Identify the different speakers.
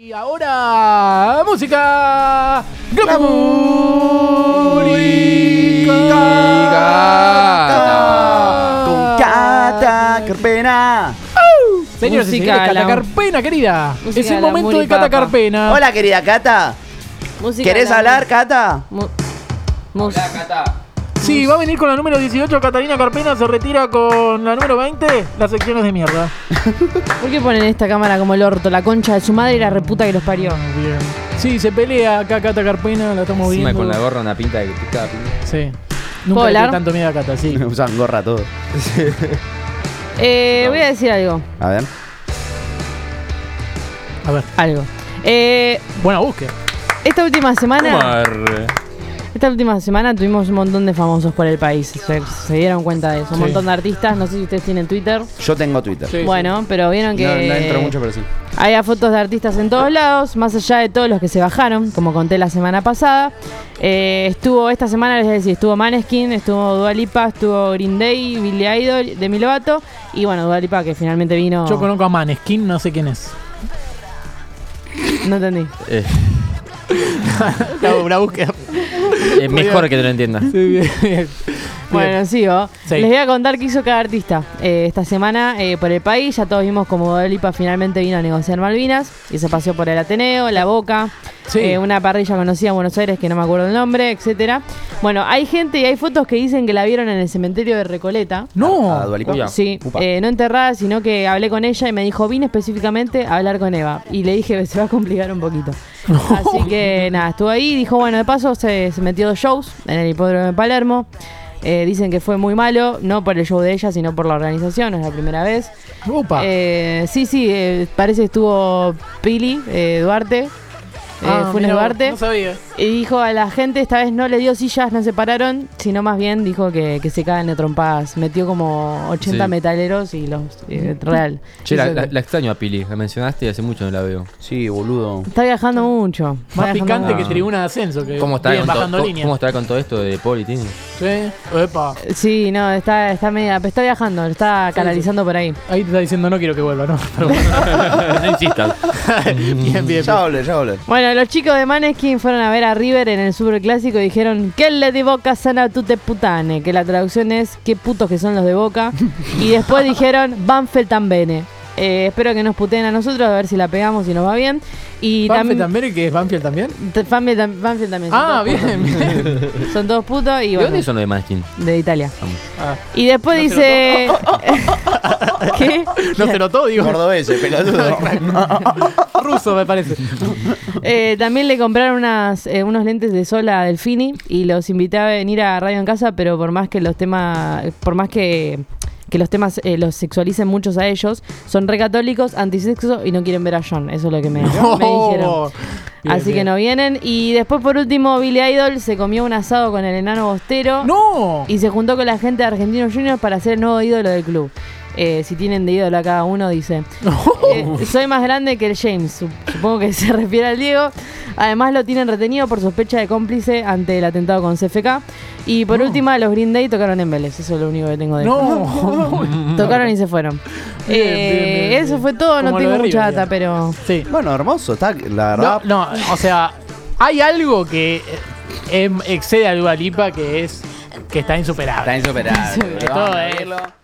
Speaker 1: Y ahora, música.
Speaker 2: Gata.
Speaker 1: Con
Speaker 2: Con Cata Carpena.
Speaker 1: Señores y señores,
Speaker 3: Música a la-
Speaker 1: Cata Carpena, querida.
Speaker 3: Música
Speaker 1: es
Speaker 3: a
Speaker 1: el
Speaker 3: la
Speaker 1: momento de Cata
Speaker 3: Muripapa.
Speaker 1: Carpena.
Speaker 2: Hola, querida Cata.
Speaker 3: Música
Speaker 2: ¿Querés
Speaker 3: la-
Speaker 2: hablar, Cata?
Speaker 3: Mu- mus-
Speaker 1: Sí, va a venir con la número 18. Catalina Carpena se retira con la número 20. Las secciones de mierda.
Speaker 3: ¿Por qué ponen esta cámara como el orto? La concha de su madre y la reputa que los parió.
Speaker 1: Bien. Sí, se pelea acá Cata Carpena, la estamos
Speaker 4: Encima
Speaker 1: viendo.
Speaker 4: con la gorra, una pinta de que te caga.
Speaker 1: Sí. Nunca le
Speaker 3: hablar?
Speaker 1: tuve tanto miedo a Cata, sí.
Speaker 2: Usan gorra todo.
Speaker 3: Eh, voy a decir algo.
Speaker 2: A ver.
Speaker 1: A ver,
Speaker 3: Algo. Eh,
Speaker 1: buena búsqueda.
Speaker 3: esta última semana.
Speaker 4: Mar.
Speaker 3: Esta última semana tuvimos un montón de famosos por el país. Se, se dieron cuenta de eso. Un
Speaker 1: Sí.
Speaker 3: montón de artistas. No sé si ustedes tienen Twitter.
Speaker 2: Yo tengo Twitter.
Speaker 1: Sí,
Speaker 3: bueno, pero vieron que.
Speaker 4: No, no entro mucho, pero sí.
Speaker 3: Había fotos de artistas en todos lados, más allá de todos los que se bajaron, como conté la semana pasada. Eh, estuvo esta semana, les decía, estuvo Maneskin, estuvo Dualipa, estuvo Green Day, Billy Idol, Demi Lovato y bueno, Dualipa que finalmente vino.
Speaker 1: Yo conozco a Maneskin, no sé quién es.
Speaker 3: No entendí.
Speaker 4: Eh,
Speaker 1: La, la búsqueda.
Speaker 4: es mejor que te lo entiendas.
Speaker 1: Sí, bien.
Speaker 3: Bueno, sigo.
Speaker 1: Sí.
Speaker 3: Les voy a contar qué hizo cada artista eh, esta semana eh, por el país. Ya todos vimos como Dualipa finalmente vino a negociar Malvinas y se paseó por el Ateneo, La Boca.
Speaker 1: Sí.
Speaker 3: eh, una parrilla conocida en Buenos Aires que no me acuerdo el nombre, etcétera. Bueno, hay gente y hay fotos que dicen que la vieron en el cementerio de Recoleta.
Speaker 2: A
Speaker 1: No.
Speaker 2: Dua Lipa.
Speaker 4: Uy, ya.
Speaker 3: Sí,
Speaker 2: Upa.
Speaker 3: eh, no enterrada, sino que hablé con ella y me dijo, vine específicamente a hablar con Eva. Y le dije, se va a complicar un poquito. Así que nada, estuvo ahí, dijo, bueno, de paso se, se metió dos shows en el hipódromo de Palermo. Eh, dicen que fue muy malo, no por el show de ella, sino por la organización, es la primera vez.
Speaker 1: Upa.
Speaker 3: Eh, sí, sí, eh, parece que estuvo Pili, eh, Duarte, eh,
Speaker 1: Ah,
Speaker 3: Funes
Speaker 1: mira vos,
Speaker 3: Duarte.
Speaker 1: No sabía.
Speaker 3: Y dijo a la gente, esta vez no le dio sillas, no se pararon, sino más bien dijo que, que se cagan de trompadas. Metió como 80
Speaker 4: Sí.
Speaker 3: metaleros y los... eh, real.
Speaker 4: Che, la, la- la extraño a Pili. La mencionaste y hace mucho no la veo.
Speaker 2: Sí, boludo.
Speaker 3: Está viajando mucho. va
Speaker 1: Más
Speaker 3: viajando
Speaker 1: picante que
Speaker 3: mucho.
Speaker 1: tribuna de ascenso. Que
Speaker 4: ¿Cómo está,
Speaker 1: vienen
Speaker 4: con, to-
Speaker 1: bajando
Speaker 4: co-
Speaker 1: línea.
Speaker 4: ¿Cómo está con todo esto de Poli, Tini?
Speaker 1: Sí. Epa.
Speaker 3: Sí, no, está, está media... Está viajando, lo está canalizando por ahí.
Speaker 1: Ahí te está diciendo no quiero que vuelva, ¿no? Pero bueno.
Speaker 4: no insistas.
Speaker 1: bien, bien, bien.
Speaker 2: Ya hablé, ya hablé.
Speaker 3: Bueno, los chicos de Maneskin fueron a ver a River en el Superclásico y dijeron que le de Boca sana tu te putane, que la traducción es qué putos que son los de Boca. Y después dijeron Banfield tambene. Eh, espero que nos puteen a nosotros a ver si la pegamos y nos va bien. Y
Speaker 1: ¿Banfield
Speaker 3: también
Speaker 1: también? ¿Y que es Banfield también?
Speaker 3: T- Banfield, tam- Banfield también. son
Speaker 1: Ah,
Speaker 3: todos
Speaker 1: bien, bien.
Speaker 3: putos. Son todos putos y
Speaker 4: ¿De
Speaker 3: bueno,
Speaker 4: dónde son los de Maskin?
Speaker 3: de Italia.
Speaker 1: Ah,
Speaker 3: Y después
Speaker 1: No se
Speaker 3: dice... ¿Qué?
Speaker 1: no se notó, digo.
Speaker 2: Cordobés, eh, pelotudo.
Speaker 1: Ruso, me parece.
Speaker 3: Eh, también le compraron unas, eh, unos lentes de sol a Delfini y los invité a venir a Radio en Casa, pero por más que los temas, por más que, que los temas eh, los sexualicen muchos a ellos, son recatólicos, antisexo y no quieren ver a John. Eso es lo que me, me dijeron.
Speaker 1: Oh, Bien,
Speaker 3: Así que
Speaker 1: bien.
Speaker 3: no vienen. Y después, por último, Billy Idol se comió un asado con el enano bostero
Speaker 1: ¡No!
Speaker 3: y se juntó con la gente de Argentinos Juniors para ser el nuevo ídolo del club. Eh, si tienen de ídolo a cada uno, dice. Eh, soy más grande que el James, sup- supongo que se refiere al Diego. Además lo tienen retenido por sospecha de cómplice ante el atentado con CFK. Y por última, los Green Day tocaron en Vélez, eso es lo único que tengo de
Speaker 1: ¡No!
Speaker 3: Tocaron y se fueron.
Speaker 1: Bien,
Speaker 3: Eh,
Speaker 1: bien, bien, bien.
Speaker 3: Eso fue todo,
Speaker 1: Como
Speaker 3: no
Speaker 1: lo de
Speaker 3: tengo
Speaker 1: River,
Speaker 3: mucha data,
Speaker 1: digamos.
Speaker 3: pero...
Speaker 1: Sí.
Speaker 2: Bueno, hermoso. Está, la
Speaker 1: No,
Speaker 2: verdad.
Speaker 1: no, o sea, hay algo que eh, em- excede a Dua Lipa que es que está insuperable.
Speaker 2: Está insuperable.
Speaker 1: Esto
Speaker 2: boludo. Vamos a
Speaker 1: es-
Speaker 2: verlo.